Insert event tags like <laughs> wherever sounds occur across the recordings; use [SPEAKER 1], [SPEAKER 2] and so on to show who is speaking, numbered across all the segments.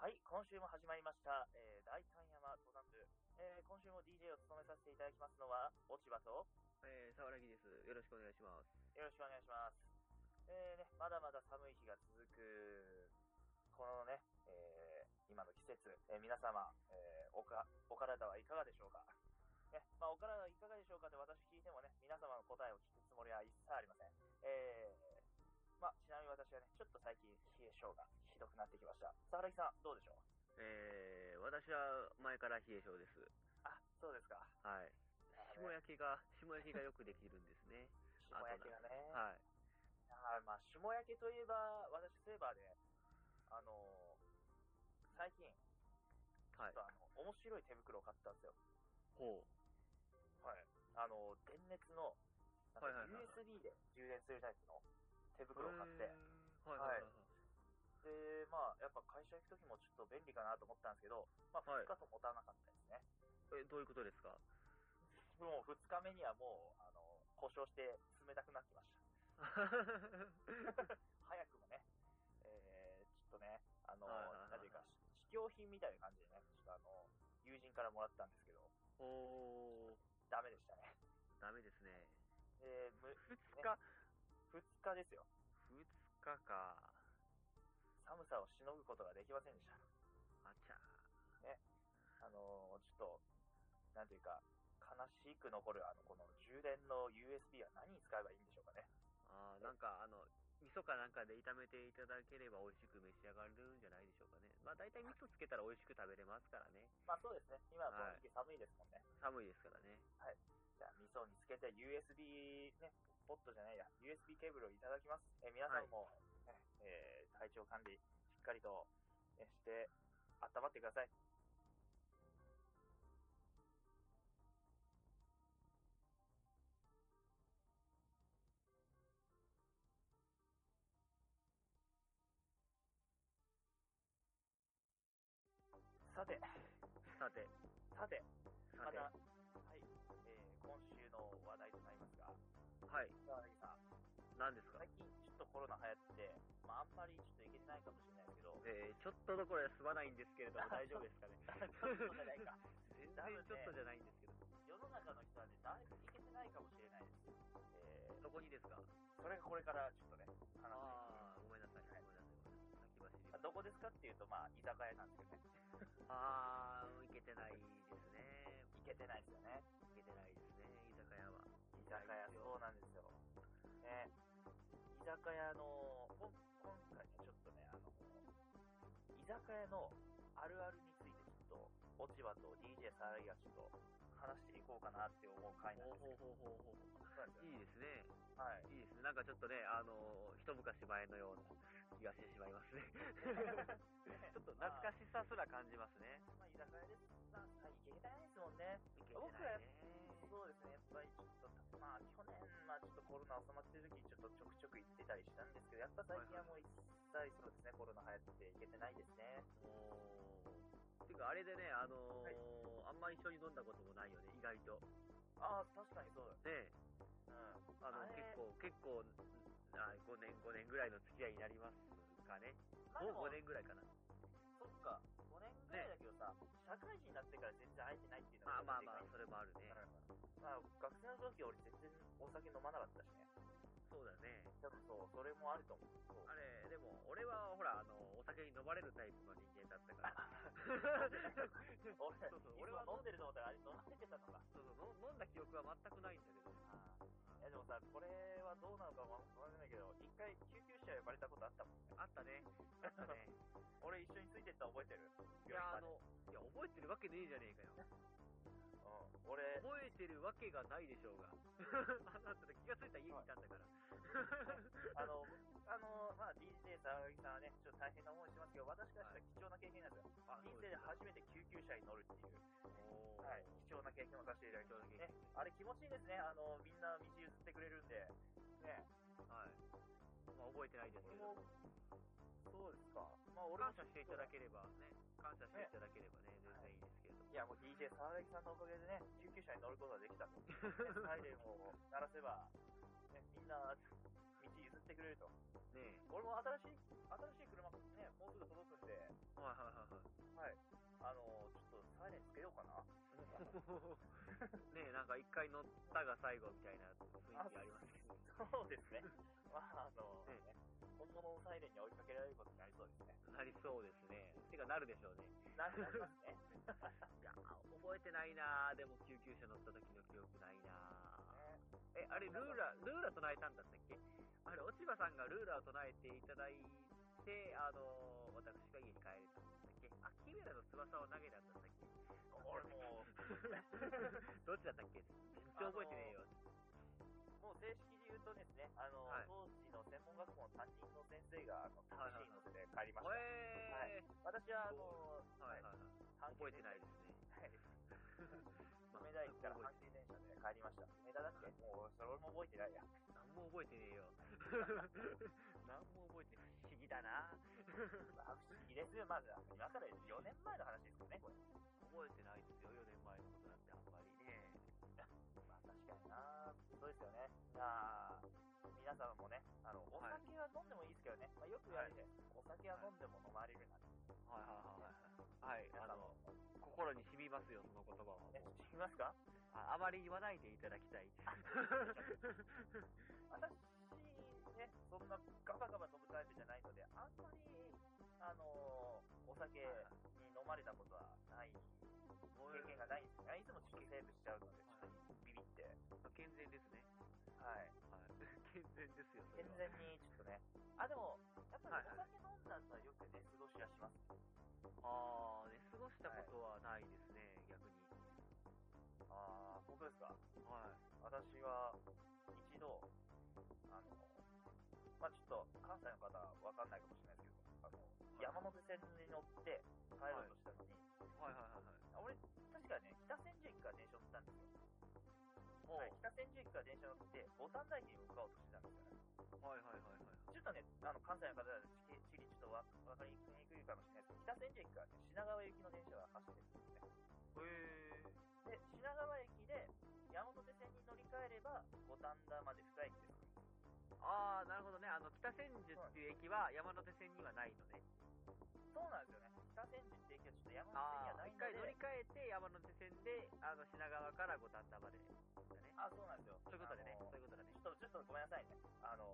[SPEAKER 1] はい、今週も始まりました、えー、大三山登山部、えー、今週も DJ を務めさせていただきますのは、落ち葉と、。
[SPEAKER 2] えー、沢良木です。よろしくお願いします
[SPEAKER 1] よろしくお願いします。えー、ね、まだまだ寒い日が続く、このね、えー、今の季節、えー、皆様、えー、おか、お体はいかがでしょうかね、まあ、お体はいかがでしょうかって私聞いてもね、皆様の答えを聞くつもりは一切ありません。えー、まあ、ちなみに私はね、ちょっと最近、冷え性がひどくなってきました。沢木さん、どうでしょ
[SPEAKER 2] うえー、私は前から冷え性です。
[SPEAKER 1] あ、そうですか。
[SPEAKER 2] はい。霜焼けが、霜焼けがよくできるんです
[SPEAKER 1] <laughs>
[SPEAKER 2] ね。
[SPEAKER 1] 霜焼けがね。
[SPEAKER 2] はい。
[SPEAKER 1] あまあ、霜焼けといえば、私、そういえばね、あのー、最近、はい。ちょっとあの、面白い手袋を買ったんですよ。
[SPEAKER 2] ほ
[SPEAKER 1] う。はい。あのー、電熱の、USB で充電するタイプの、手袋を買って、はいはい、はい、で、まあ、やっぱ会社行くときもちょっと便利かなと思ったんですけど、まあ、2日と持たなかったですね。
[SPEAKER 2] はい、え、どういうことですか <laughs>
[SPEAKER 1] もう2日目にはもう、あの、故障して冷たくなってました。早くもね、えー、ちょっとね、あの、なんていうか、試供品みたいな感じでね、ちょっとあの、友人からもらったんですけど、
[SPEAKER 2] お
[SPEAKER 1] ダメで <laughs> したね。
[SPEAKER 2] ダメですね。
[SPEAKER 1] えー、む、
[SPEAKER 2] 2日、ね
[SPEAKER 1] 2日ですよ。
[SPEAKER 2] 2日か。
[SPEAKER 1] 寒さをしのぐことができませんでした。
[SPEAKER 2] あちゃ
[SPEAKER 1] ー。ね。あのー、ちょっと、なんていうか、悲しく残る、あの、この充電の USB は何に使えばいいんでしょうかね。
[SPEAKER 2] ああ、なんか、あの、味噌かなんかで炒めていただければ美味しく召し上がれるんじゃないでしょうかね。まあ大体味噌つけたら美味しく食べれますからね。
[SPEAKER 1] まあそうですね。今この時期寒いですもんね、
[SPEAKER 2] はい、寒いですからね。
[SPEAKER 1] はい。じゃあ味噌につけて USB ね、ポットじゃないや、USB ケーブルをいただきます。え皆さんもね、ね、はい、えー、体調管理、しっかりと、ね、して、温まってください。さて、
[SPEAKER 2] さて、
[SPEAKER 1] さて、また、はい、えー、今週の話題となりますが、
[SPEAKER 2] はい。
[SPEAKER 1] 沢柳さ
[SPEAKER 2] ん。何ですか
[SPEAKER 1] 最近ちょっとコロナ流行って、まああんまりちょっといけてないかもしれないですけど。
[SPEAKER 2] えー、ちょっとどころで済まないんですけれど <laughs> も、大丈夫です
[SPEAKER 1] <laughs>
[SPEAKER 2] かね。
[SPEAKER 1] ちょっとじゃないか。
[SPEAKER 2] <laughs> 全然ちょっとじゃないんですけど。
[SPEAKER 1] 世の中の人はね、だいぶいけてないかもしれないです。
[SPEAKER 2] えー、どこにですか
[SPEAKER 1] それがこれからちょっとね、話して。
[SPEAKER 2] ああ、ごめんなさい。はい、ごめんなさい。先走りま
[SPEAKER 1] どこですかっていうと、まあ、居酒屋なんですけどね。
[SPEAKER 2] ああ、いけてないですね。
[SPEAKER 1] いけてないですよね。
[SPEAKER 2] いけてないですね、居酒屋は。
[SPEAKER 1] 居酒屋、そうなんですよ。ね、居酒屋の、今回ね、ちょっとね、あの、居酒屋のあるあるについてちょっと、落ち葉と DJ サラリがちょっと話していこうかなって思う回なんですけど。
[SPEAKER 2] ほういいですね。
[SPEAKER 1] はい。
[SPEAKER 2] いいですね。なんかちょっとね、あの、一昔前のような気がしてしまいます <laughs> ね。
[SPEAKER 1] <laughs>
[SPEAKER 2] ちょっと懐かしさすら感じますね。
[SPEAKER 1] まあ、居酒屋です。まあ、いけてないですもんね。
[SPEAKER 2] いけて
[SPEAKER 1] ないね。そうですね。やっぱりちょっと、まあ、去年、まあ、ちょっとコロナ収まってる時、ちょっとちょくちょく行ってたりしたんですけど、やっぱ最近はもう一切そうですね、コロナ流行っていけてないですね。
[SPEAKER 2] おー。ていうか、あれでね、あのーはい、あんま一緒に飲んだこともないよね、意外と。
[SPEAKER 1] ああ、確かにそう
[SPEAKER 2] だね。ねうん。あの、あ結構、結構、あ5年、5年ぐらいの付き合いになりますかね。もう5年ぐらいかな。
[SPEAKER 1] そっか、5年ぐらいだけどさ、ね、社会人になってから全然会えてないっていうの
[SPEAKER 2] は、あまあまあ、それもあるね。
[SPEAKER 1] まあ、学生の時は俺全然お酒飲まなかったしね。
[SPEAKER 2] そうだね。
[SPEAKER 1] 多分そう、それもあると思う。
[SPEAKER 2] あれ、でも、俺は、ほら、あの、お酒に飲まれるタイプの人間だったから。
[SPEAKER 1] 俺そ
[SPEAKER 2] <laughs>
[SPEAKER 1] うそう俺は飲んでると思ったら、あれ、飲まれてたのか。
[SPEAKER 2] そうそう、飲んだ記憶は全くないんだけど。
[SPEAKER 1] あいやでもさ、これはどうなのかわかんないけど、一回救急車呼ばれたことあったもんね。
[SPEAKER 2] あったね。あったね。 <laughs>
[SPEAKER 1] 俺一緒についてった覚えてる
[SPEAKER 2] いや、あの、いや、覚えてるわけねえじゃねえか <laughs> よ。
[SPEAKER 1] うん、俺
[SPEAKER 2] 覚えてるわけがないでし <laughs> ょうがだって気がついたら家にいたんだから
[SPEAKER 1] あ
[SPEAKER 2] <laughs>
[SPEAKER 1] のあのまあ DJ 沢木さんはねちょっと大変な思いしてますけど私からしたら貴重な経験なんですよ、はい、人生で初めて救急車に乗るっていうはい、貴重な経験をさせていただきました、ね、あれ気持ちいいですねあのみんな道譲ってくれるんでね
[SPEAKER 2] はいまあ覚えてないですけど
[SPEAKER 1] そうですか。まあ、
[SPEAKER 2] 俺感謝していただければね、感謝していただければね、全然いいですけれども。
[SPEAKER 1] いや、もう DJ 沢崎さんのおかげでね、救急車に乗ることができたと。サイレンを鳴らせば、ね、みんな、道譲ってくれると。
[SPEAKER 2] ね
[SPEAKER 1] 俺も新しい、新しい車ね、もうすぐ届くんで、
[SPEAKER 2] はいはいはねなんか一回乗ったが最後みたいな雰囲気ありますけど。
[SPEAKER 1] そうですね。まあ、あの、ね、本物のサイレンに追いかけられることになりそうですね。
[SPEAKER 2] なりそうですね。てかなるでしょうね。
[SPEAKER 1] なりますね。
[SPEAKER 2] <laughs> いや、覚えてないなぁ。でも救急車乗った時の記憶ないなぁ。え、あれルーラ、ルーラ唱えたんだったっけあれ、落ち葉さんがルーラを唱えていただいて、あのー、私が家に帰れたんだったっけあ、キメラの翼を投げたんだったっけ
[SPEAKER 1] 俺もう、
[SPEAKER 2] <laughs> どっちだったっけ全然覚えてねえよ。
[SPEAKER 1] もう正式に言うとですね、あの、
[SPEAKER 2] はい
[SPEAKER 1] 当時の専門学校の担任の先生が、あの、タクシーに乗って帰りました。
[SPEAKER 2] えー
[SPEAKER 1] 私は、あの、
[SPEAKER 2] はいはいはい。
[SPEAKER 1] 阪
[SPEAKER 2] 覚え
[SPEAKER 1] 急電
[SPEAKER 2] てな
[SPEAKER 1] 車
[SPEAKER 2] いですね。 <laughs>
[SPEAKER 1] はい。梅田駅から阪急電車で帰りました。梅田だっけもう、それも覚えてないや。
[SPEAKER 2] 何も覚えてねえよ。 <laughs> 何も覚えてない。不思議だな。
[SPEAKER 1] まあ、不思議ですよ。まず、今から4年前の話ですよね、これ。
[SPEAKER 2] 覚えてないですよ、4年前のことなんてあんまりね。
[SPEAKER 1] まあ、確かになそうですよね。じゃあ、皆様もね、あの、お
[SPEAKER 2] はい
[SPEAKER 1] 酒は飲んでもいいですけどね。まあ、よく言われて、お酒は飲んでも飲まれるなって。
[SPEAKER 2] はいはいはい。はい、
[SPEAKER 1] 皆さ
[SPEAKER 2] あ
[SPEAKER 1] ん
[SPEAKER 2] の
[SPEAKER 1] も、、
[SPEAKER 2] 心に染みますよ、その言葉は。
[SPEAKER 1] ね、 <laughs> 聞きますか
[SPEAKER 2] ああまり言わないでいただきた <laughs> い。
[SPEAKER 1] 私ね、そんなガバガバ飲むタイプじゃないので、あんまり、あのーお酒に飲まれたことはない、経験がないんですが、いつもちょっとセーブしちゃうので、ちょっとビビって、
[SPEAKER 2] 健全ですね。
[SPEAKER 1] はい、
[SPEAKER 2] はい。健全ですよ、それ
[SPEAKER 1] 健
[SPEAKER 2] は。
[SPEAKER 1] 全にちょっとね、あ、でも、やっぱ
[SPEAKER 2] はい
[SPEAKER 1] りお酒飲んだ後はよくね、過ごしはします。
[SPEAKER 2] ああ、ね、過ごしたことはないですね、逆に。
[SPEAKER 1] ああ、本当ですか
[SPEAKER 2] はい。
[SPEAKER 1] 私は、一度、あのまあちょっと、関西の方はわかんないかもしれないですけど、あの、山手線に乗って帰ろうとしたのに、
[SPEAKER 2] はいはいはいはい。
[SPEAKER 1] あ俺、確かね、北千住駅から電車乗ったんですよ。
[SPEAKER 2] お
[SPEAKER 1] はい、北千住駅から電車乗って、ボタン台駅に向かおうとしてたんですよね。
[SPEAKER 2] はいはいはいはい。
[SPEAKER 1] ちょっとね、あの関西の方で地形地理ちょっとわ分かりにくいかもしれないですけど、北千住駅から、ね、品川行きの電車が走ってるんですね。
[SPEAKER 2] へえ。
[SPEAKER 1] で、品川駅で山手線に乗り換えれば、五反田まで2駅です。
[SPEAKER 2] ああ、なるほどね。あの、北千住っていう駅は山手線にはないのね。
[SPEAKER 1] そうなんですよね。北千住って駅はちょっと山
[SPEAKER 2] ああ、
[SPEAKER 1] 手線
[SPEAKER 2] 一
[SPEAKER 1] にはないので、
[SPEAKER 2] 回乗り換えて山手線で、あの、品川から五反田まで。だね。
[SPEAKER 1] あ、そうなんですよ。
[SPEAKER 2] そういうことでね
[SPEAKER 1] あ。の
[SPEAKER 2] そういうことだね。
[SPEAKER 1] ちょっと、ちょっとごめんなさいね。あの、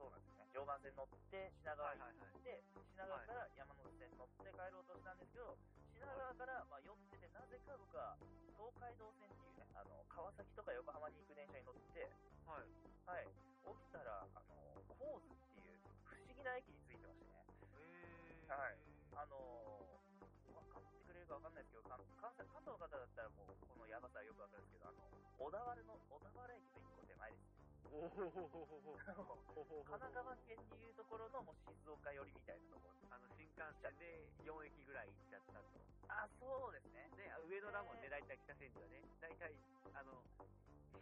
[SPEAKER 1] そうなんですね。常磐線乗って、品川
[SPEAKER 2] はい
[SPEAKER 1] 駅
[SPEAKER 2] はいはい。
[SPEAKER 1] で、品川から山手線乗って帰ろうとしたんですけど、品川からまあ酔ってて、なぜか僕は東海道線っていうね、あの川崎とか横浜に行く電車に乗って、
[SPEAKER 2] はい。
[SPEAKER 1] はい、起きたら、あの、神津っていう不思議な駅に着いてましたね。
[SPEAKER 2] へえ。
[SPEAKER 1] はいあのー、分かってくれるか分かんないですけど、関関西関東の方だったらもう、このやばさはよく分かるんですけど、あの、小田原の、小田原駅の一個手前です。
[SPEAKER 2] おおほほほほ。神
[SPEAKER 1] 神奈川県にいうところの、もう静岡寄りみたいなところです。
[SPEAKER 2] あの、新幹線で4駅ぐらい行っちゃったと。
[SPEAKER 1] あ、そうですね。
[SPEAKER 2] ね、あ上野だもんね、大体北千住はね。大体、あの、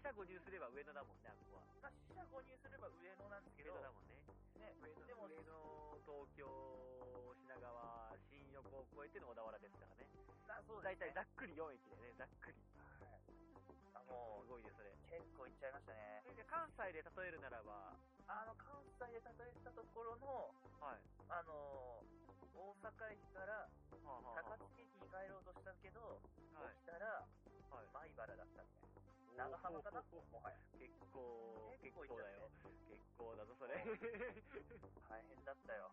[SPEAKER 2] 下五入すれば上野だもんね、あそこは。
[SPEAKER 1] まあ、死者購入すれば上野なんですけ
[SPEAKER 2] 上
[SPEAKER 1] ど、
[SPEAKER 2] 野だもんね。
[SPEAKER 1] ね、
[SPEAKER 2] 上野
[SPEAKER 1] でも
[SPEAKER 2] 上野東京、品川、新横を越えての小田原ですからね。
[SPEAKER 1] あそう
[SPEAKER 2] 大
[SPEAKER 1] です
[SPEAKER 2] 体
[SPEAKER 1] ね。
[SPEAKER 2] ざっくり4駅だよね、ざっくり。
[SPEAKER 1] はいあ
[SPEAKER 2] す
[SPEAKER 1] の、
[SPEAKER 2] ごいね、それ。
[SPEAKER 1] 結構いっちゃいましたね
[SPEAKER 2] そ。れじゃ関西で例えるならば、
[SPEAKER 1] あの、関西で例えたところの、
[SPEAKER 2] はい。
[SPEAKER 1] あの、大阪駅から
[SPEAKER 2] はあはあはあ
[SPEAKER 1] 高槻駅に帰ろうとしたけど、
[SPEAKER 2] はい
[SPEAKER 1] 起きたら、
[SPEAKER 2] はい
[SPEAKER 1] 米原だったみたいな。長浜かな
[SPEAKER 2] おー
[SPEAKER 1] もはや。
[SPEAKER 2] 結構、結
[SPEAKER 1] 結
[SPEAKER 2] 構
[SPEAKER 1] 構行っちゃ
[SPEAKER 2] だ
[SPEAKER 1] っ
[SPEAKER 2] よ
[SPEAKER 1] て。
[SPEAKER 2] 結構だぞ、そ <laughs> れ。
[SPEAKER 1] 大変だったよ。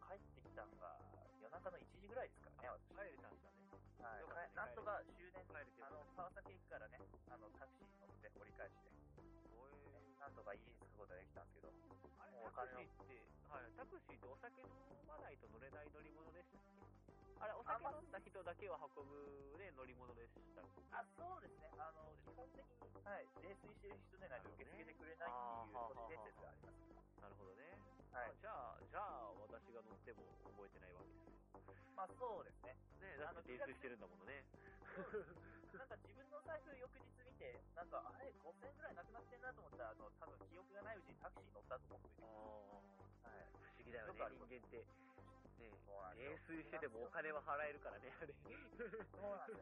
[SPEAKER 1] 帰ってきたのが、夜中の1時ぐらいですからね、私。
[SPEAKER 2] 帰れたんだね。
[SPEAKER 1] はい
[SPEAKER 2] よかったね
[SPEAKER 1] なんとか終電、
[SPEAKER 2] 帰れて
[SPEAKER 1] あ
[SPEAKER 2] よか
[SPEAKER 1] の
[SPEAKER 2] っ、
[SPEAKER 1] 川崎駅からね、あの、タクシーに乗って折り返して、
[SPEAKER 2] た。お
[SPEAKER 1] ね
[SPEAKER 2] ー
[SPEAKER 1] なんとか家に着くことができたんですけど、
[SPEAKER 2] あれ
[SPEAKER 1] もうお
[SPEAKER 2] タク
[SPEAKER 1] 金
[SPEAKER 2] シ
[SPEAKER 1] を
[SPEAKER 2] ーって、はい、タクシーってお酒飲まないと乗れない乗り物でしたっけあれ、お酒
[SPEAKER 1] あまあ
[SPEAKER 2] 飲んだ人だけを運ぶね、乗り物でしたっけ
[SPEAKER 1] あ、そうですね。あの、基本的に、はい、泥酔してる人でないと受け付けてくれないっていう都市伝説があります。
[SPEAKER 2] なるほどね。
[SPEAKER 1] はい
[SPEAKER 2] あじゃあ、じゃあ、私が乗っても覚えてないわけですよ。
[SPEAKER 1] まあ、そうですね。
[SPEAKER 2] ね、だって泥酔してるんだものね。
[SPEAKER 1] なんか自分の財布翌日見て、なんか、あれ、5000円ぐらいなくなってんなと思ったら、あの、多分記憶がないうちにタクシーに乗ったと思ってね。
[SPEAKER 2] あ <laughs> あ、
[SPEAKER 1] はい。
[SPEAKER 2] 不思議だ
[SPEAKER 1] よ
[SPEAKER 2] よね
[SPEAKER 1] くあ、る
[SPEAKER 2] 人間って。ね、
[SPEAKER 1] そうなんです
[SPEAKER 2] 泥
[SPEAKER 1] よ
[SPEAKER 2] 酔しててもお金は払えるからね、あれ。ね
[SPEAKER 1] そうなんで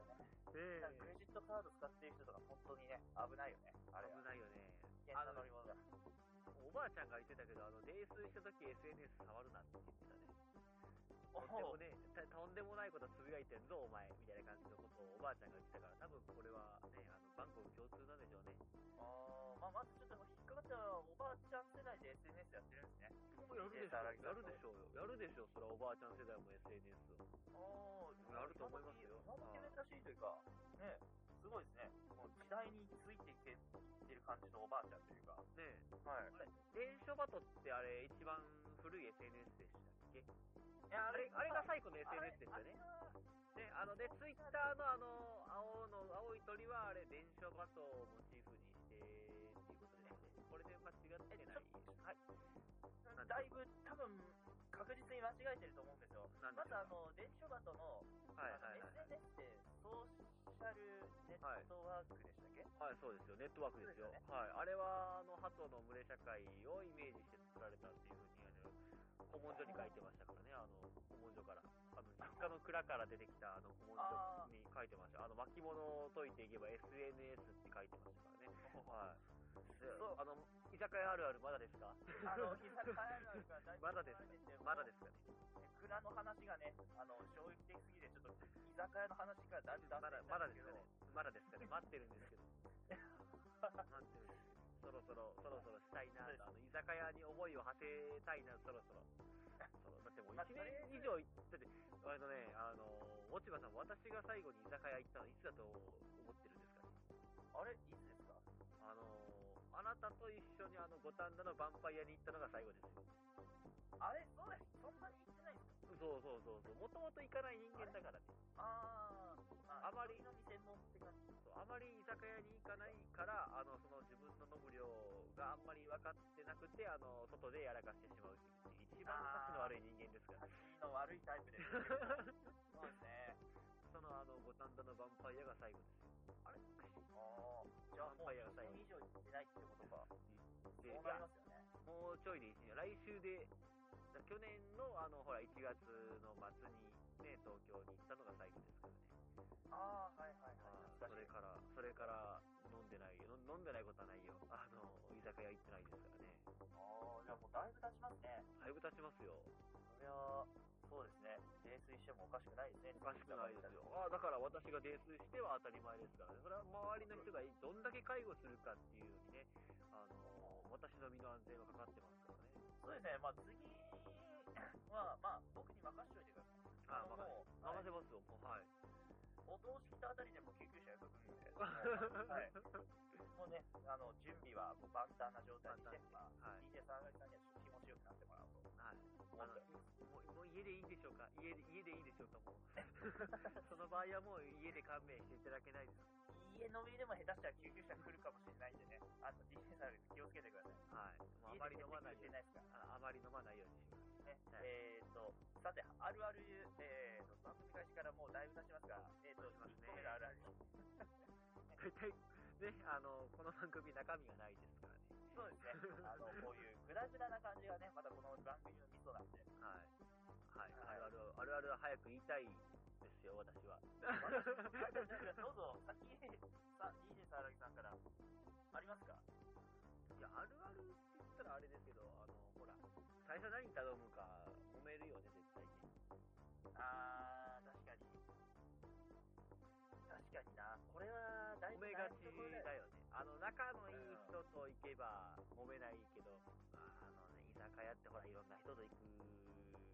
[SPEAKER 1] すよね。なんかクレ
[SPEAKER 2] え
[SPEAKER 1] ジットカード使ってる人とか本当にね、危ないよね。あれは。
[SPEAKER 2] 危ないよ <laughs> ね。
[SPEAKER 1] 危険
[SPEAKER 2] あ
[SPEAKER 1] な
[SPEAKER 2] の
[SPEAKER 1] 乗、り物だ。
[SPEAKER 2] おばあちゃんが言ってたけど、あの、泥酔した時 SNS 触るなって言ってたね。とん
[SPEAKER 1] お
[SPEAKER 2] でも
[SPEAKER 1] <laughs> お、
[SPEAKER 2] ね、たとんでもないことつぶやいてってんぞ、お前、みたいな感じのことをおばあちゃんが言ってたから、多分これはね、あの、バンコク共通なんでしょうね。
[SPEAKER 1] あーまあ、まずちょっと引っかかったのはおばあちゃん世代で SNS やってるんですね。
[SPEAKER 2] やるでしょ、やるでしょうよ。やるでしょ、それはおばあちゃん世代も SNS を。
[SPEAKER 1] ああ、
[SPEAKER 2] やると思いますよ
[SPEAKER 1] 今時珍しいというか、ね、すごいですね。この時代についてきてってる感じのおばあちゃんというか。は
[SPEAKER 2] ねえ
[SPEAKER 1] い。
[SPEAKER 2] 電書バトってあれ、一番古い SNS でしたっけ
[SPEAKER 1] いや
[SPEAKER 2] あれ、あれが最後の
[SPEAKER 1] あれ
[SPEAKER 2] SNS でしたよね。
[SPEAKER 1] あれが
[SPEAKER 2] ね、あの、で、ツイッターのあの、青の、青い鳥はあれ、電書バトをモチーフにして、っていうことですね。これで間違ってない。はい。
[SPEAKER 1] だいぶ多分確実に間違えてると思うんですよ。
[SPEAKER 2] なんで
[SPEAKER 1] ま
[SPEAKER 2] し
[SPEAKER 1] ず
[SPEAKER 2] ょ
[SPEAKER 1] あの、電書バトの、
[SPEAKER 2] うはいはいはい。
[SPEAKER 1] あの SNS ってソーシャルネットワークでしたっけ、
[SPEAKER 2] はい、そうですよ。ネットワークですよ。
[SPEAKER 1] そうです
[SPEAKER 2] はい。あれは、あの、ハトの群れ社会をイメージして作られたっていうふうに、あの、古文書に書いてましたからね、あの、古文書から。あの、実家の蔵から出てきた、あの、古文
[SPEAKER 1] あ
[SPEAKER 2] 書に書いてました。あの、巻物を解いていけば SNS って書いてましたか
[SPEAKER 1] <laughs>
[SPEAKER 2] らね。はい。で
[SPEAKER 1] そう
[SPEAKER 2] あの、居酒屋あるあるまだですか
[SPEAKER 1] あの、膝が入らないからだい <laughs> ぶ
[SPEAKER 2] <laughs> まだです
[SPEAKER 1] 離れてて
[SPEAKER 2] まだですかね。
[SPEAKER 1] 蔵の話がね、あの、衝撃的すぎて、ちょっと、居酒屋の話からだんだん
[SPEAKER 2] まだ、まだですかね。まだですかね。待ってるんですけど。 <laughs> 待ってるんですけど。そろそろ、そろそろしたいなと。あの、居酒屋に思いを馳せたいな、そろそろ。そうだってもう
[SPEAKER 1] まあ
[SPEAKER 2] 1年以上行ってて、あのね、あの、落ち葉さん、私が最後に居酒屋行ったのいつだと思ってるんですかね。
[SPEAKER 1] あれ、いつですか
[SPEAKER 2] あの、あなたと一緒にあの、五反田のヴァンパイアに行ったのが最後ですよ。
[SPEAKER 1] あれ、そうです。そんなに行ってないんですか
[SPEAKER 2] そうそうそうそう。もともと行かない人間だからね。
[SPEAKER 1] あー、
[SPEAKER 2] あまり
[SPEAKER 1] 飲み専門って感じ。
[SPEAKER 2] そうあまり居酒屋に行かないから、あの、その自分の飲む量があんまり分かってなくて、あの、外でやらかしてしまうっていう一番
[SPEAKER 1] あー
[SPEAKER 2] 価値の悪い人間ですから。
[SPEAKER 1] 立ちの悪いタイプです。 <laughs> そうですね。
[SPEAKER 2] その、あの、五反田のヴァンパイアが最後ですよ。あれ
[SPEAKER 1] あー、じゃあもう、1年以上行ってないってことか。そう
[SPEAKER 2] で、い
[SPEAKER 1] なり
[SPEAKER 2] や
[SPEAKER 1] ま、すよね。
[SPEAKER 2] もうちょいで1年、来週で、だ去年の、あの、ほら、1月の末に、ね、東京に行ったのが最後ですからね。
[SPEAKER 1] あー、はいはいはい。
[SPEAKER 2] あーそ
[SPEAKER 1] 懐
[SPEAKER 2] れ
[SPEAKER 1] かしい。
[SPEAKER 2] から、それから、飲んでないよ。飲んでないことはないよ。あの、居酒屋行ってないですからね。
[SPEAKER 1] あー、じゃあもうだいぶ経ちますね。
[SPEAKER 2] だいぶ経ちますよ。
[SPEAKER 1] それは、そうですね。泥酔してもおかしくないですね。
[SPEAKER 2] おかしくないですよ。ああ、だから私が泥酔しては当たり前ですからね。それは周りの人がどんだけ介護するかっていうのにね、あのー私の身の安全がかかってますからね。
[SPEAKER 1] そうですね、まあ次は、まあ僕に任せといてください。
[SPEAKER 2] ああ、
[SPEAKER 1] の
[SPEAKER 2] 任
[SPEAKER 1] もう、
[SPEAKER 2] せ
[SPEAKER 1] はい、
[SPEAKER 2] ますよ、もう。はい。
[SPEAKER 1] お通し来たあたりでもう救急車呼ぶんで、 <laughs> はい、もうね、あの、準備はもう万端な状態にして、まあ、
[SPEAKER 2] <laughs> はい。
[SPEAKER 1] DJ 沢垣さんには気持ちよくなってもらおうと
[SPEAKER 2] はい。
[SPEAKER 1] 思
[SPEAKER 2] あ
[SPEAKER 1] って
[SPEAKER 2] の
[SPEAKER 1] おります。
[SPEAKER 2] もう、もう家でいいんでしょうか家で、家でいいでしょうか <laughs> もう。その場合はもう家で勘弁していただけないですか。
[SPEAKER 1] 家飲みでも下手したら救急車来るかもしれないんでね、あの、DJ 沢垣さん気をつけてください。
[SPEAKER 2] はい。もうあまり飲まないよ
[SPEAKER 1] 家
[SPEAKER 2] う
[SPEAKER 1] で接近してないで
[SPEAKER 2] に。
[SPEAKER 1] すから。
[SPEAKER 2] ああまり飲まないようにします。
[SPEAKER 1] ね
[SPEAKER 2] はい
[SPEAKER 1] えーと、さて、あるある、えーと、番組開始からもうだいぶ経ちますが、えーと、
[SPEAKER 2] 経ちます
[SPEAKER 1] 1
[SPEAKER 2] ね
[SPEAKER 1] 個目のあるある。
[SPEAKER 2] 大体、ね、あの、この番組中身がないですからね。
[SPEAKER 1] そうですね。あの、こういうグダグダな感じがね、またこの番組のミソなんで。
[SPEAKER 2] はい。はい。
[SPEAKER 1] はい
[SPEAKER 2] あるあるを、あるあるは早く言いたいですよ、
[SPEAKER 1] <laughs>
[SPEAKER 2] 私は。
[SPEAKER 1] どうぞ、先に、さ、いいです、荒木さんから。ありますか
[SPEAKER 2] いや、あるあるって言ったらあれですけど、あの、ほら、最初何頼むか揉めるよね、絶対に。
[SPEAKER 1] あー、確かに。確かにな。これは、だい
[SPEAKER 2] 揉
[SPEAKER 1] ぶ
[SPEAKER 2] めが
[SPEAKER 1] 悩
[SPEAKER 2] ち
[SPEAKER 1] むと
[SPEAKER 2] だ
[SPEAKER 1] ころだよ。
[SPEAKER 2] よね。あの、仲のいい人と行けば揉めないけど、あのね、居酒屋ってほら、いろんな人と行く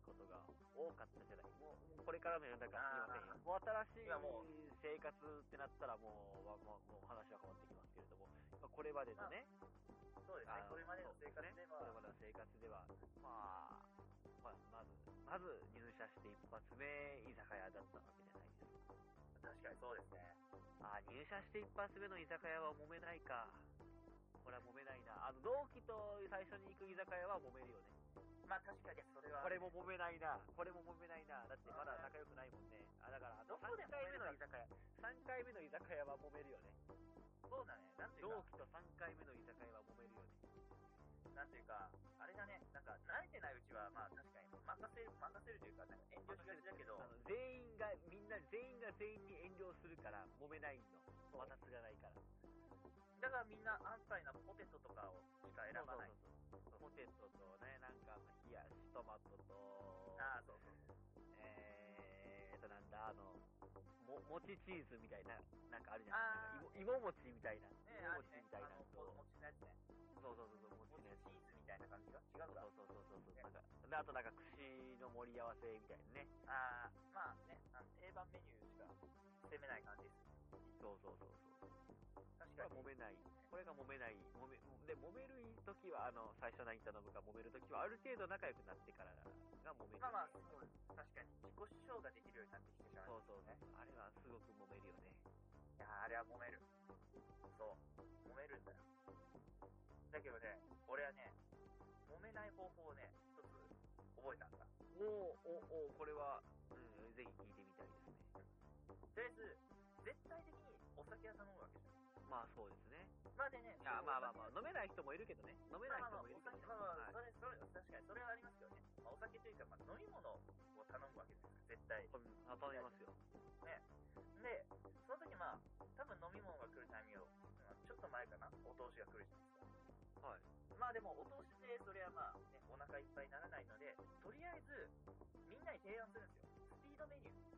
[SPEAKER 2] ことが多かったじゃない。もう、もうこれからの世の中は言いませんよ。もう新
[SPEAKER 1] い
[SPEAKER 2] しい
[SPEAKER 1] やもう
[SPEAKER 2] 生活ってなったらもう、わもうもう話は変わってきますけれども、まあこれまでのね、
[SPEAKER 1] そうですね。これまでの生活で
[SPEAKER 2] これ
[SPEAKER 1] は、
[SPEAKER 2] までの生活では、まあ、まあ、まず、まず入社して一発目、居酒屋だったわけじゃないですか。
[SPEAKER 1] 確かにそうですね。
[SPEAKER 2] ああ、入社して一発目の居酒屋は揉めないか。これは揉めないな。あの、同期と最初に行く居酒屋は揉めるよね。
[SPEAKER 1] まあ確かに、それは。
[SPEAKER 2] これも揉めないな。これも揉めないな。だってまだ仲良くないもんね。あ、だから、あの、
[SPEAKER 1] どこで
[SPEAKER 2] 3
[SPEAKER 1] 揉
[SPEAKER 2] 回
[SPEAKER 1] め
[SPEAKER 2] 目
[SPEAKER 1] る
[SPEAKER 2] の
[SPEAKER 1] か
[SPEAKER 2] 居酒屋、3回目の居酒屋は揉めるよね。
[SPEAKER 1] そうだね。なんていう
[SPEAKER 2] 同
[SPEAKER 1] か、
[SPEAKER 2] 期と3回目の居酒屋は揉めるよね。
[SPEAKER 1] なんていうか、あれだね。なんか、慣れてないうちは、まあ確かに、任せる、任せるというか、なんか遠慮しがちだけど
[SPEAKER 2] あ、の全員が、みんな、全員が全員に遠慮するから、揉めないの。
[SPEAKER 1] そう
[SPEAKER 2] 摩擦がないから。
[SPEAKER 1] だからみんな安泰なポテトとかをしか選ばない。
[SPEAKER 2] そうそうそうポテトとね、なんか、冷やしトマトと、
[SPEAKER 1] ああ、そうそう。
[SPEAKER 2] えーっと、なんだ、あの、ちチーズみたいな、なんかあるじゃ
[SPEAKER 1] あ
[SPEAKER 2] ん。なん
[SPEAKER 1] ー
[SPEAKER 2] か芋芋餅みたいな、
[SPEAKER 1] ね
[SPEAKER 2] 芋餅みたいな
[SPEAKER 1] あの、
[SPEAKER 2] そう
[SPEAKER 1] お餅のやつね。
[SPEAKER 2] そうそうそうそう、
[SPEAKER 1] お餅
[SPEAKER 2] 餅のやつ。
[SPEAKER 1] チーズみたいな感じが違
[SPEAKER 2] そうう
[SPEAKER 1] か。
[SPEAKER 2] そうそうそうそう。なんか、であとなんか串の盛り合わせみたいなね。
[SPEAKER 1] ああ、まあね、あの定番メニューしか攻めない感じです。
[SPEAKER 2] そうそうそうそう。
[SPEAKER 1] 確
[SPEAKER 2] これ
[SPEAKER 1] かに。
[SPEAKER 2] は揉めない。これが揉めない。揉め、で、揉める時は、あの、最初何頼むか揉める時は、ある程度仲良くなってからが揉める。
[SPEAKER 1] まあまあ、そう確かに自己主張ができるようになってきてしまい
[SPEAKER 2] そ
[SPEAKER 1] ま
[SPEAKER 2] うそうね。あれはすごく揉めるよね。
[SPEAKER 1] す。いやーあれは揉める。そう。揉めるんだよ。だけどね、俺はね、揉めない方法をね、一つ覚えたんだ。
[SPEAKER 2] おおおおこれは、うん、ぜひ聞いてみたいですね。
[SPEAKER 1] とりあえず、絶対的にお酒は頼むわけじゃん。
[SPEAKER 2] まあそうですね。
[SPEAKER 1] まあでね、
[SPEAKER 2] あまあまあまあ、
[SPEAKER 1] お酒
[SPEAKER 2] 飲めない人もいるけどね。飲めない人
[SPEAKER 1] まあまあまあ
[SPEAKER 2] もい
[SPEAKER 1] お
[SPEAKER 2] るけど
[SPEAKER 1] 酒
[SPEAKER 2] ね。
[SPEAKER 1] まあまあ、
[SPEAKER 2] はい
[SPEAKER 1] それ、それ、確かにそれはありますよね。まあ、お酒というか、まあ、飲み物を頼むわけじゃないですか、絶対。
[SPEAKER 2] うん頼みますよ。
[SPEAKER 1] で、その時まあ、多分飲み物が来るタイミングを、うんちょっと前かな、お通しが来るじゃないですか。
[SPEAKER 2] はい。
[SPEAKER 1] まあでも、お通しで、それはまあ、ね、お腹いっぱいにならないので、とりあえず、みんなに提案するんですよ。スピードメニュー。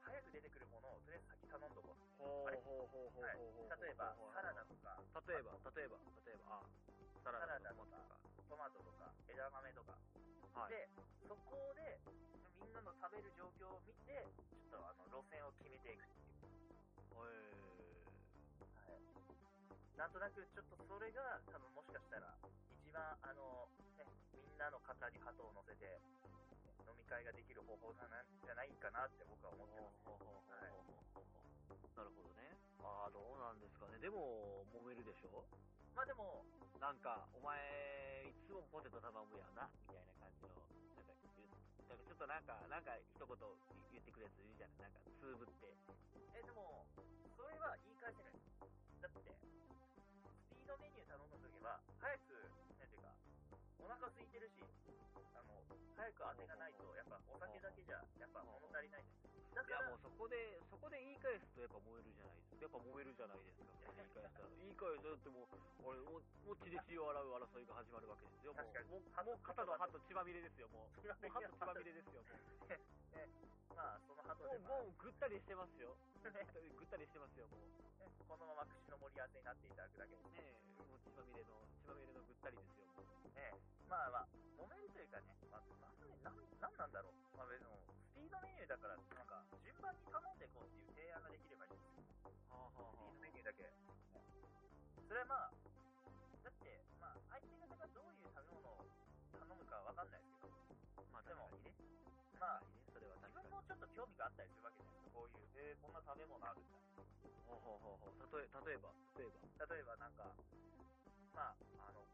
[SPEAKER 1] 早く出てくるものを、とりあえず先頼んどこう。
[SPEAKER 2] ほ
[SPEAKER 1] う
[SPEAKER 2] ほうほうほ
[SPEAKER 1] はい例えば、サラダとか、
[SPEAKER 2] 例えば、例えば、例えば、あ、サラダと
[SPEAKER 1] サラダ
[SPEAKER 2] か
[SPEAKER 1] とか
[SPEAKER 2] トマトと
[SPEAKER 1] トマトとか、枝豆とか。
[SPEAKER 2] か。はい。
[SPEAKER 1] で、そこで、みんなの食べる状況を見て、ちょっとあの、路線を決めていくっていう。
[SPEAKER 2] え
[SPEAKER 1] なんとなくちょっとそれが多分もしかしたら一番あの、ね、みんなの肩に鳩を乗せて飲み会ができる方法なんじゃないかなって僕は思ってます、ね、はい
[SPEAKER 2] なるほどね。ああ、どうなんですかね。でも、揉めるでしょ
[SPEAKER 1] まあでも
[SPEAKER 2] なんか、お前、いつもポテト頼むやな、みたいな感じの、なんか、言うなんかちょっとなんか、なんか一言言ってくるやついるじゃないなんか、つぶって。
[SPEAKER 1] えでもそれは言い返せないだってスピードメニュー頼んだ時は早くなんていうかお腹空いてるしあの早く当てがないとやっぱお酒だけじゃやっぱ物足りないじゃんだ
[SPEAKER 2] い
[SPEAKER 1] か
[SPEAKER 2] や、
[SPEAKER 1] ら
[SPEAKER 2] もうそこで、そこで言い返すとやっぱ燃えるじゃないですか。やっぱ燃えるじゃないですか、そこで言い返したら。言い返すだってもう、俺、ももう血で血を洗う争いが始まるわけですよ。も
[SPEAKER 1] 確かに
[SPEAKER 2] う、もうもう肩の歯と血まみれですよ、もう。
[SPEAKER 1] 血ま
[SPEAKER 2] もう歯と血まみれですよ、もう。
[SPEAKER 1] まあその鳩でも
[SPEAKER 2] もう、もうぐったりしてますよ。ぐったりぐったりしてますよ、もう。
[SPEAKER 1] ねこのまま口の盛り合わせになっていただくだけです
[SPEAKER 2] ねえ、もう血まみれの、血まみれのぐったりですよ、もう。
[SPEAKER 1] ねまあまあ、揉めるというかね、まあ、なんで、なん、なんなんだろう。まあ別に、スピードメニューだから、なんか、順番に頼んでいこうっていう提案ができればいいんですよ。
[SPEAKER 2] はあは
[SPEAKER 1] スピード
[SPEAKER 2] あは
[SPEAKER 1] メニューだけ。ねそれはまあ、だって、まあ、相手方がどういう食べ物を頼むかはわかんないですけど、
[SPEAKER 2] まあ、確かにね。
[SPEAKER 1] まあ
[SPEAKER 2] 確かにね、それは
[SPEAKER 1] 自分もちょ
[SPEAKER 2] 確かに。
[SPEAKER 1] っと興味があったりするわけじゃないですか。こういう、えー、こんな食べ物あるんだ。
[SPEAKER 2] ほうほうほうほう。例え、例えば、例えば。
[SPEAKER 1] 例えばなんか、まあ、あの、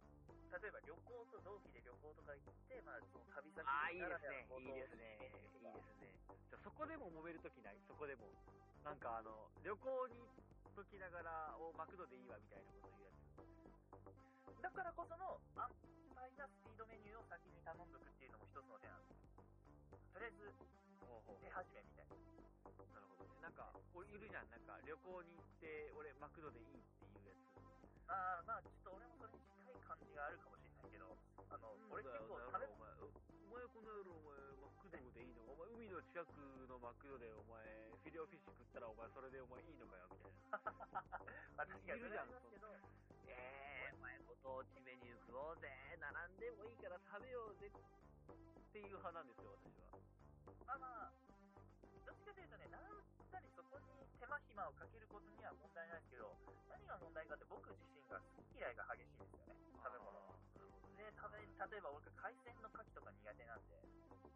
[SPEAKER 1] 例えば旅行と同期で旅行とか行って、まあ、その旅先
[SPEAKER 2] ああ、いい
[SPEAKER 1] な
[SPEAKER 2] で
[SPEAKER 1] ら
[SPEAKER 2] すね
[SPEAKER 1] はの。
[SPEAKER 2] いいですね。いい
[SPEAKER 1] ご当地メニューとか
[SPEAKER 2] ですね。じゃあそこでも揉めるときないそこでも。なんかあの、旅行に行っときながら、お、マクドでいいわみたいなこと言うやつ。
[SPEAKER 1] だからこその安泰なスピードメニューを先に頼んどくっていうのも一つの手なんですよとりあえず
[SPEAKER 2] ほうほ
[SPEAKER 1] 手始めみたいな
[SPEAKER 2] なるほどね。なんか、俺いるじゃん。なんか、旅行に行って、俺マクドでいいっていうやつ。
[SPEAKER 1] あーまあちょっと俺もそれに近い感じがあるかもしれないけどあの、俺結構食べ <laughs>
[SPEAKER 2] お前、お前この野郎、お前、マクドでいいのかお前、海の近くのマクドで、お前、フィレオフィッシュ食ったら、お前、それでお前いいのかよみたいな。
[SPEAKER 1] まあ確かにそれはありますけど
[SPEAKER 2] えー、お前ご当地メニュー食おうぜ並んでもいいから食べようぜっていう派なんですよ私は
[SPEAKER 1] まあまあどっちかというとね並んだりそこに手間暇をかけることには問題ないですけど何が問題かって僕自身が好き嫌いが激しいんですよね食べ物の
[SPEAKER 2] なるほど
[SPEAKER 1] で食べ例えば俺が海鮮の牡蠣とか苦手なんで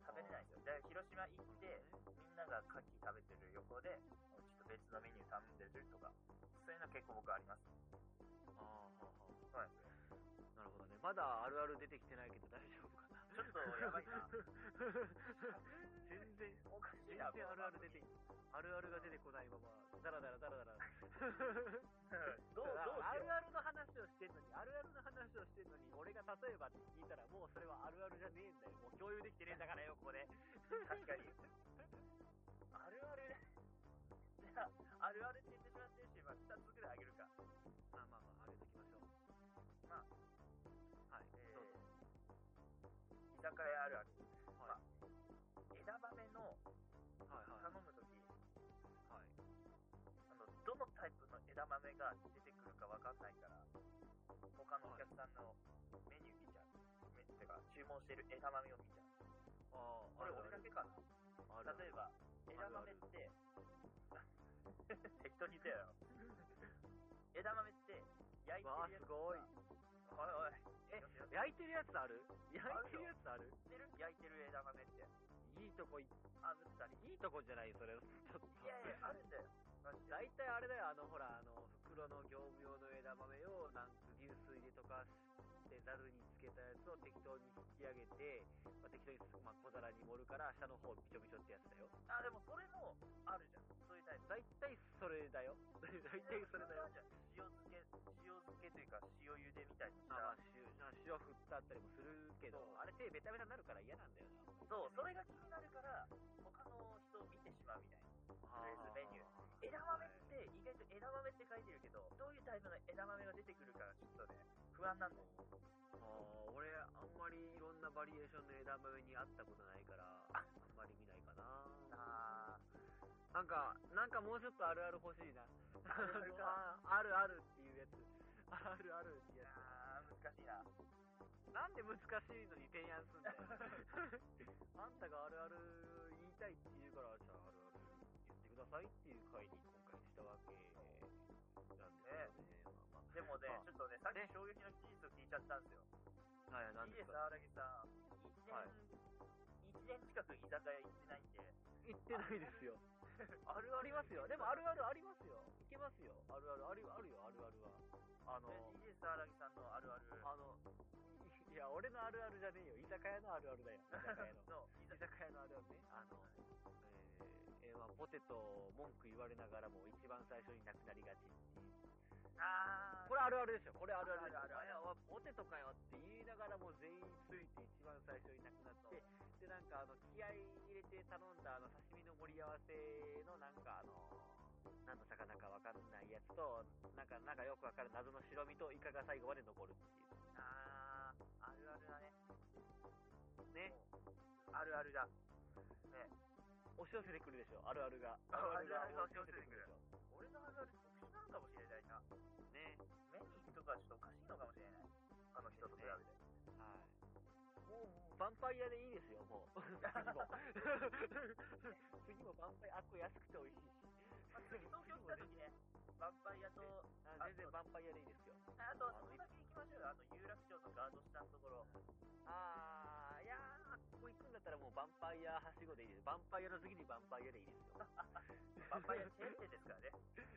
[SPEAKER 1] 食べれないんですよだから広島行ってみんなが牡蠣食べてる横でちょっと別のメニュー頼んでるとかそういうの結構僕あります
[SPEAKER 2] あーはあは
[SPEAKER 1] はい
[SPEAKER 2] あなるほどねまだあるある出てきてないけど大丈夫かな
[SPEAKER 1] ちょっとやばい
[SPEAKER 2] <laughs>
[SPEAKER 1] な
[SPEAKER 2] 全然
[SPEAKER 1] おかしい
[SPEAKER 2] 全然
[SPEAKER 1] な
[SPEAKER 2] あるある出てあるあるが出てこないままダラダラダラダラ
[SPEAKER 1] どうどう
[SPEAKER 2] あ
[SPEAKER 1] しよ
[SPEAKER 2] る
[SPEAKER 1] う
[SPEAKER 2] あるの話をしてんのにあるあるの話をしてんのに俺が例えばって聞いたらもうそれはあるあるじゃねえんだよもう共有できてねえんだからよここで
[SPEAKER 1] 確かにあるあるじゃああるあるって言ってしまってるし、まあ、2つぐらいあげるか
[SPEAKER 2] <laughs> まあまあまあ、上げときましょう。
[SPEAKER 1] まあ、
[SPEAKER 2] はい、
[SPEAKER 1] えー
[SPEAKER 2] どうぞ。
[SPEAKER 1] 居酒屋あるある
[SPEAKER 2] はい、
[SPEAKER 1] 枝豆の頼
[SPEAKER 2] はい、はい。
[SPEAKER 1] む時
[SPEAKER 2] はい、
[SPEAKER 1] 枝豆が出てくるかわかんないから、他のお客さんのメニュー見ちゃう。めてか、注文してる枝豆を見ちゃう。
[SPEAKER 2] ああ、
[SPEAKER 1] これ俺だけかな。
[SPEAKER 2] あるある
[SPEAKER 1] 例えば、枝豆って、適当に言ったよ。枝豆って、焼いてる
[SPEAKER 2] わあ、
[SPEAKER 1] やつが。
[SPEAKER 2] すごい。
[SPEAKER 1] おいおい。
[SPEAKER 2] え
[SPEAKER 1] よしよし
[SPEAKER 2] 焼いてるやつある焼いてるやつある
[SPEAKER 1] 知ってる焼いてる枝豆って。
[SPEAKER 2] いいとこい、
[SPEAKER 1] あぶったり。
[SPEAKER 2] いいとこじゃないそれ。ちょっと。
[SPEAKER 1] いやいや、あるんだよ。マジで
[SPEAKER 2] 大体あれだよ、あの、ほら、あの、袋の業務用の枝豆を、なんか流水で溶かして、ざるにつけたやつを適当に引き上げて、まあ、適当に、まあ、小皿に盛るから、下の方びちょびちょってやつだよ。
[SPEAKER 1] あ、でもそれもあるじゃん。そういうタイプ。
[SPEAKER 2] 大体それだよ。大体それだよ。
[SPEAKER 1] じゃん。塩漬け、塩漬けというか、塩茹でみたいにした。
[SPEAKER 2] <laughs> まあ、まあ、塩、まあ塩振ったったりもするけど
[SPEAKER 1] そう、
[SPEAKER 2] あれ手ベタベタになるから嫌なんだよな。
[SPEAKER 1] そう、それが気になるから、他の人を見てしまうみたいな。
[SPEAKER 2] あー、
[SPEAKER 1] とりあえずメニュー枝豆って、意外と枝豆って書いてるけど、どういうタイプの枝豆が出てくるか、ちょっとね、不安なんだよ。
[SPEAKER 2] あー俺、あんまりいろんなバリエーションの枝豆に会ったことないから、あんまり見ないかな。
[SPEAKER 1] あ
[SPEAKER 2] なんか、なんかもうちょっとあるある欲しいな。
[SPEAKER 1] あるあるか
[SPEAKER 2] ああるあるっていうやつ。あるあるっ
[SPEAKER 1] ー
[SPEAKER 2] てや
[SPEAKER 1] あー、難しいな。
[SPEAKER 2] つ。なんで難しいのに提案すんだよ。あんたがあるある言いたいって言うから、じゃああるある言ってくださいっていう回に今回したわけなんですよね。まあまあ
[SPEAKER 1] でもね
[SPEAKER 2] まあ、
[SPEAKER 1] ちょっとね、さっき衝撃の事実を聞いちゃったんですよ。
[SPEAKER 2] はい、なんで
[SPEAKER 1] DJ
[SPEAKER 2] すか
[SPEAKER 1] 沢良木さん、一年、
[SPEAKER 2] はい
[SPEAKER 1] 一年近く居酒屋行ってないんで、
[SPEAKER 2] 言ってないですよ。
[SPEAKER 1] ある
[SPEAKER 2] ありますよ。でもあるあるありますよ。いけますよ。あるあるあるあるよ。あるあるは。あの、
[SPEAKER 1] <laughs> DJ 沢良木さんのあるある。
[SPEAKER 2] あの、いや、俺のあるあるじゃねえよ。居酒屋のあるあるだ
[SPEAKER 1] <laughs>
[SPEAKER 2] よ。居酒屋の。
[SPEAKER 1] の、居
[SPEAKER 2] 居
[SPEAKER 1] 酒
[SPEAKER 2] 酒屋のあるあるね。あの、えーえーまあ、ポテト文句言われながらも一番最初になくなりがちっていう。
[SPEAKER 1] あー
[SPEAKER 2] これあるあるでしょ。これあるあるでしょ
[SPEAKER 1] あるあるある
[SPEAKER 2] いやおいポテトかよって言いながらも全員ついて一番最初になくなって、で、なんかあの、気合い入れて頼んだあの、刺身の盛り合わせのなんかあの、何の魚かわかんないやつと、なんか、なんかよくわかる謎の白身とイカが最後まで残るっていう。
[SPEAKER 1] あー、あるあるだね。
[SPEAKER 2] ね。
[SPEAKER 1] あるあるだ。
[SPEAKER 2] 押し寄せてくるでしょ、あるあるが。
[SPEAKER 1] あ
[SPEAKER 2] が
[SPEAKER 1] あるあるが押し寄せてく
[SPEAKER 2] で
[SPEAKER 1] る
[SPEAKER 2] しょ。
[SPEAKER 1] 俺のあるある特殊なのかもしれないな。
[SPEAKER 2] ね。
[SPEAKER 1] メニューとかちょっとおかしいのかもしれない。他の人と比べて。
[SPEAKER 2] はい。もう、ヴァンパイアでいいですよ、もう。次も。次もヴァンパイア、あっこ安くて美味しいし。
[SPEAKER 1] まあ、次東京来た時ね、ヴァンパイアと、
[SPEAKER 2] あ全然ヴァンパイアでいいですよ。
[SPEAKER 1] あと、そこだけ行きましょうよ。あと、有楽町のガード下のところ。
[SPEAKER 2] あー、いやー、あっこ行くんだったらもうヴァンパイアはしごでいいです。ヴァンパイアの次にヴァンパイアでいい
[SPEAKER 1] <laughs>
[SPEAKER 2] ですよ。
[SPEAKER 1] ヴァンパイアチェーン店ですからね。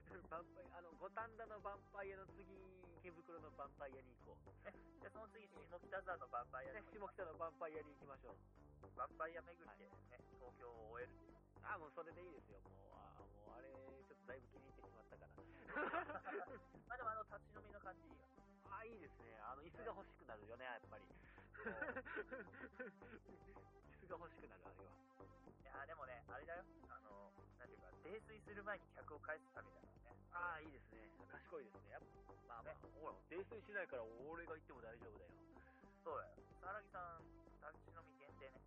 [SPEAKER 2] ヴァンパイア、あの、五反田のヴァンパイアの次、池袋のヴァンパイアに行こう。
[SPEAKER 1] で、その次、下北沢のヴァンパイア
[SPEAKER 2] で
[SPEAKER 1] で、
[SPEAKER 2] 下北のヴァンパイアに行きましょう。
[SPEAKER 1] ヴァンパイア巡りでね、東京を終えるっていう。
[SPEAKER 2] あ、もうそれでいいですよ。もう、あもうあれ、ちょっとだいぶ気に入ってしまったから。
[SPEAKER 1] まあ、でもあの、立ち飲みの感じいいよね。
[SPEAKER 2] あ、いいですね。あの、椅子が欲しくなるよね、やっぱり。椅子が欲しくなる、あれは。
[SPEAKER 1] いやーでもね、あれだよ。あの、なんていうか、泥酔する前に客を返すためだからね。
[SPEAKER 2] ああ、いいですね。賢いですね。やっぱ、まあまあ、ほら、泥酔しないから俺が行っても大丈夫だよ。
[SPEAKER 1] そうだよ。さらぎさん、立ち飲み限定ね。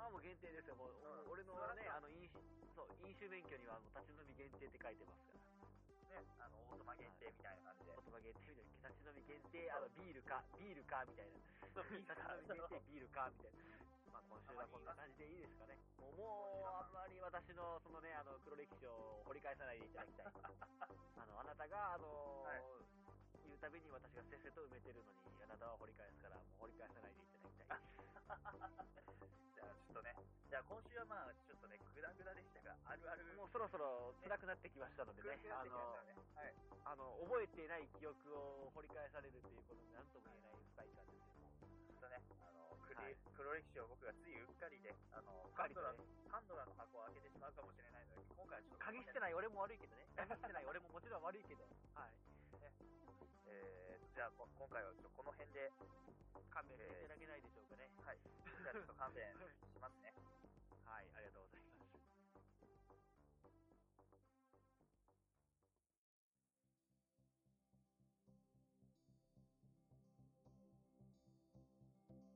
[SPEAKER 2] ああ、もう限定ですよ。もう、
[SPEAKER 1] うん
[SPEAKER 2] 俺の
[SPEAKER 1] 素晴らしい
[SPEAKER 2] ね、あの、飲酒、そう、飲酒免許にはもう立ち飲み限定って書いてますから。
[SPEAKER 1] ね、あの、オートマ限定みたいな感じで。
[SPEAKER 2] 言葉限定みたいな。立ち飲み限定、あの、ビールか、ビールか、みたいな。
[SPEAKER 1] そう
[SPEAKER 2] 立ち飲み限定ビールか、みたいな。まあ、今週はこんな感じでいいですかね。もう、もうあんまり私の、そのね、あの、黒歴史を掘り返さないでいただきたい。
[SPEAKER 1] <laughs>
[SPEAKER 2] あの、あなたが、あの
[SPEAKER 1] はい
[SPEAKER 2] 言うたびに私がせっせと埋めてるのに、あなたは掘り返すから、もう掘り返さないでいただ
[SPEAKER 1] <laughs>
[SPEAKER 2] きたい。
[SPEAKER 1] じゃあ、ちょっとね。じゃあ、今週はまあ、ちょっとね、グダグダでしたが、あるある。
[SPEAKER 2] もうそろそろ辛くなってきましたので
[SPEAKER 1] グダ
[SPEAKER 2] ね
[SPEAKER 1] グ、ダ
[SPEAKER 2] あ
[SPEAKER 1] でし
[SPEAKER 2] の、
[SPEAKER 1] たね。はい。
[SPEAKER 2] あの、覚えていない記憶を掘り返されるということで、なんとも言えない不快感ですけども。
[SPEAKER 1] ちょっとね、あの、黒
[SPEAKER 2] はい
[SPEAKER 1] 黒歴史を僕がついうっかりで、あの、
[SPEAKER 2] うっ
[SPEAKER 1] パ
[SPEAKER 2] か
[SPEAKER 1] ン
[SPEAKER 2] り
[SPEAKER 1] ド
[SPEAKER 2] と
[SPEAKER 1] ラ
[SPEAKER 2] ね
[SPEAKER 1] の、、パンドラの箱を開けてしまうかもしれないので、今回はちょっと、
[SPEAKER 2] 鍵してない俺も悪いけどね。 <laughs> 鍵してない俺ももちろん悪いけど。はい。
[SPEAKER 1] えー、じゃあ、こ今回はちょっとこの辺で、
[SPEAKER 2] 勘弁していただけないでしょうかね。
[SPEAKER 1] はい。じゃあ、ちょっと勘弁します <laughs> ね。
[SPEAKER 2] <laughs> はい、ありがとうございます。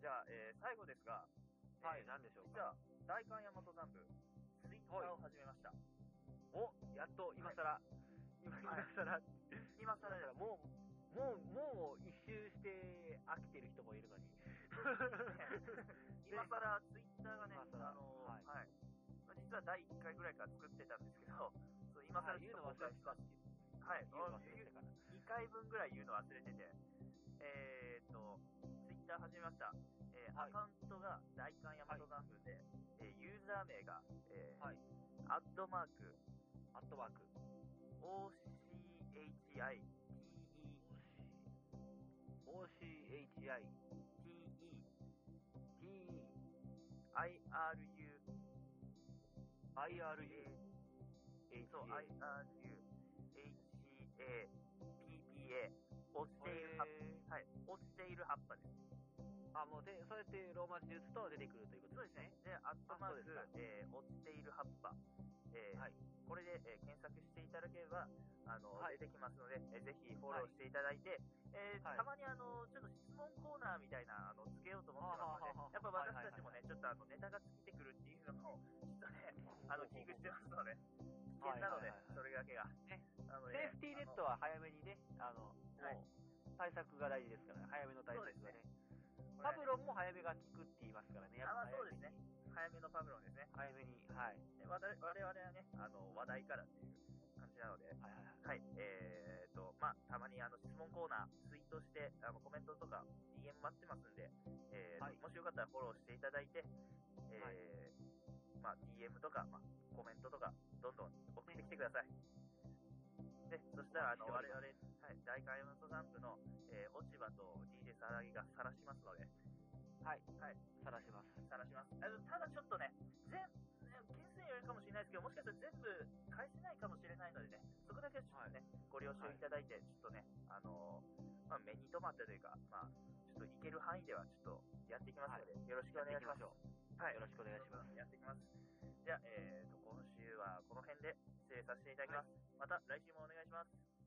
[SPEAKER 1] じゃあ、えー、最後ですが、
[SPEAKER 2] は
[SPEAKER 1] え
[SPEAKER 2] い、
[SPEAKER 1] ー
[SPEAKER 2] なんでしょう
[SPEAKER 1] 実は
[SPEAKER 2] か。
[SPEAKER 1] 大韓大和南部ツイッターを始めました、
[SPEAKER 2] お、やっと今更、今今更、今更だからもう、もう、もう一周して飽きてる人もいるのに。
[SPEAKER 1] 今更ツイッターがね、
[SPEAKER 2] 今更
[SPEAKER 1] あの
[SPEAKER 2] はい
[SPEAKER 1] はいまあ実は第1回ぐらいから作ってたんですけど、 <laughs> そう今更ちょっと公開しますっていうはい、
[SPEAKER 2] 言うの忘れてたから。
[SPEAKER 1] 2回分ぐらい言うの忘れてて、えー、っと、ツイッター始めました。えーア
[SPEAKER 2] はい
[SPEAKER 1] カウントが大韓大和南部で、えーユーザー名が、えー
[SPEAKER 2] はい
[SPEAKER 1] アットマーク、
[SPEAKER 2] アットワーク。
[SPEAKER 1] OCHITETE
[SPEAKER 2] OCHI。TE。
[SPEAKER 1] IRU
[SPEAKER 2] IRU。
[SPEAKER 1] そう
[SPEAKER 2] HA。
[SPEAKER 1] IRUHAPPA 落ちている葉っ
[SPEAKER 2] えー
[SPEAKER 1] ぱ、はい、落ちている葉っぱです。
[SPEAKER 2] あ、もうで、そうやってローマ字で打つと出てくるということ
[SPEAKER 1] そう
[SPEAKER 2] で
[SPEAKER 1] ですすね
[SPEAKER 2] ね。。
[SPEAKER 1] で、アットマー
[SPEAKER 2] そうです
[SPEAKER 1] ク
[SPEAKER 2] か、
[SPEAKER 1] えー落ちている葉っぱ、えー
[SPEAKER 2] はい
[SPEAKER 1] これで、えー検索していただければ、あの、
[SPEAKER 2] はい
[SPEAKER 1] 出てきますので、えーぜひフォローしていただいて、えー
[SPEAKER 2] はい
[SPEAKER 1] たまにあの、ちょっと質問コーナーみたいな、あの、つけようと思ってますの
[SPEAKER 2] あははは
[SPEAKER 1] で、やっぱ私たちも
[SPEAKER 2] は
[SPEAKER 1] ね、ちょっとあの、ネタが尽きてくるっていうのも、ちょっとね、あの、危惧してますので、危険なので、
[SPEAKER 2] はいはいはいはい
[SPEAKER 1] それだけが。
[SPEAKER 2] ね
[SPEAKER 1] なの
[SPEAKER 2] セ
[SPEAKER 1] で
[SPEAKER 2] ーフティーネットは早めにね、あの、
[SPEAKER 1] はい
[SPEAKER 2] もう、対策が大事ですから、早めの対策
[SPEAKER 1] そうで
[SPEAKER 2] がね。
[SPEAKER 1] あの
[SPEAKER 2] パブロンも早めが効くって言いますからね、やっぱ
[SPEAKER 1] あーそう
[SPEAKER 2] 早め
[SPEAKER 1] です
[SPEAKER 2] に。
[SPEAKER 1] ね早めのパブロンですね。
[SPEAKER 2] 早めに、はい。
[SPEAKER 1] でわた我々はね、あの、話題からっていう感じなので、
[SPEAKER 2] はいはいはい。
[SPEAKER 1] はい、えーと、まあ、たまにあの質問コーナー、ツイートして、あのコメントとか、DM 待ってますんで、えー
[SPEAKER 2] はい
[SPEAKER 1] もしよかったらフォローしていただいて、えー
[SPEAKER 2] はい
[SPEAKER 1] まあ、DM とか、まあ、コメントとか、どんどん送ってきてください。で、そしたら、あの、
[SPEAKER 2] お
[SPEAKER 1] 我
[SPEAKER 2] 待ちし
[SPEAKER 1] 々、
[SPEAKER 2] て
[SPEAKER 1] はい、大開運トンプの、えー落ち葉と DJ さらぎが晒しますので、
[SPEAKER 2] さらします。
[SPEAKER 1] 晒します。あのただちょっとね、全、ね件数によるかもしれないですけど、もしかしたら全部返せないかもしれないのでね、そこだけはちょっとね、ご了承いただいて、ちょっとね、あのーまあ、目に留まったというか、まあ、ちょっといける範囲ではちょっとやっていきますので、よろしくお願いします。
[SPEAKER 2] やって
[SPEAKER 1] はい
[SPEAKER 2] よろしくお願いします。
[SPEAKER 1] やっていきます。じゃあ、えーと、今週はこの辺で失礼させていただきます。また来週もお願いします。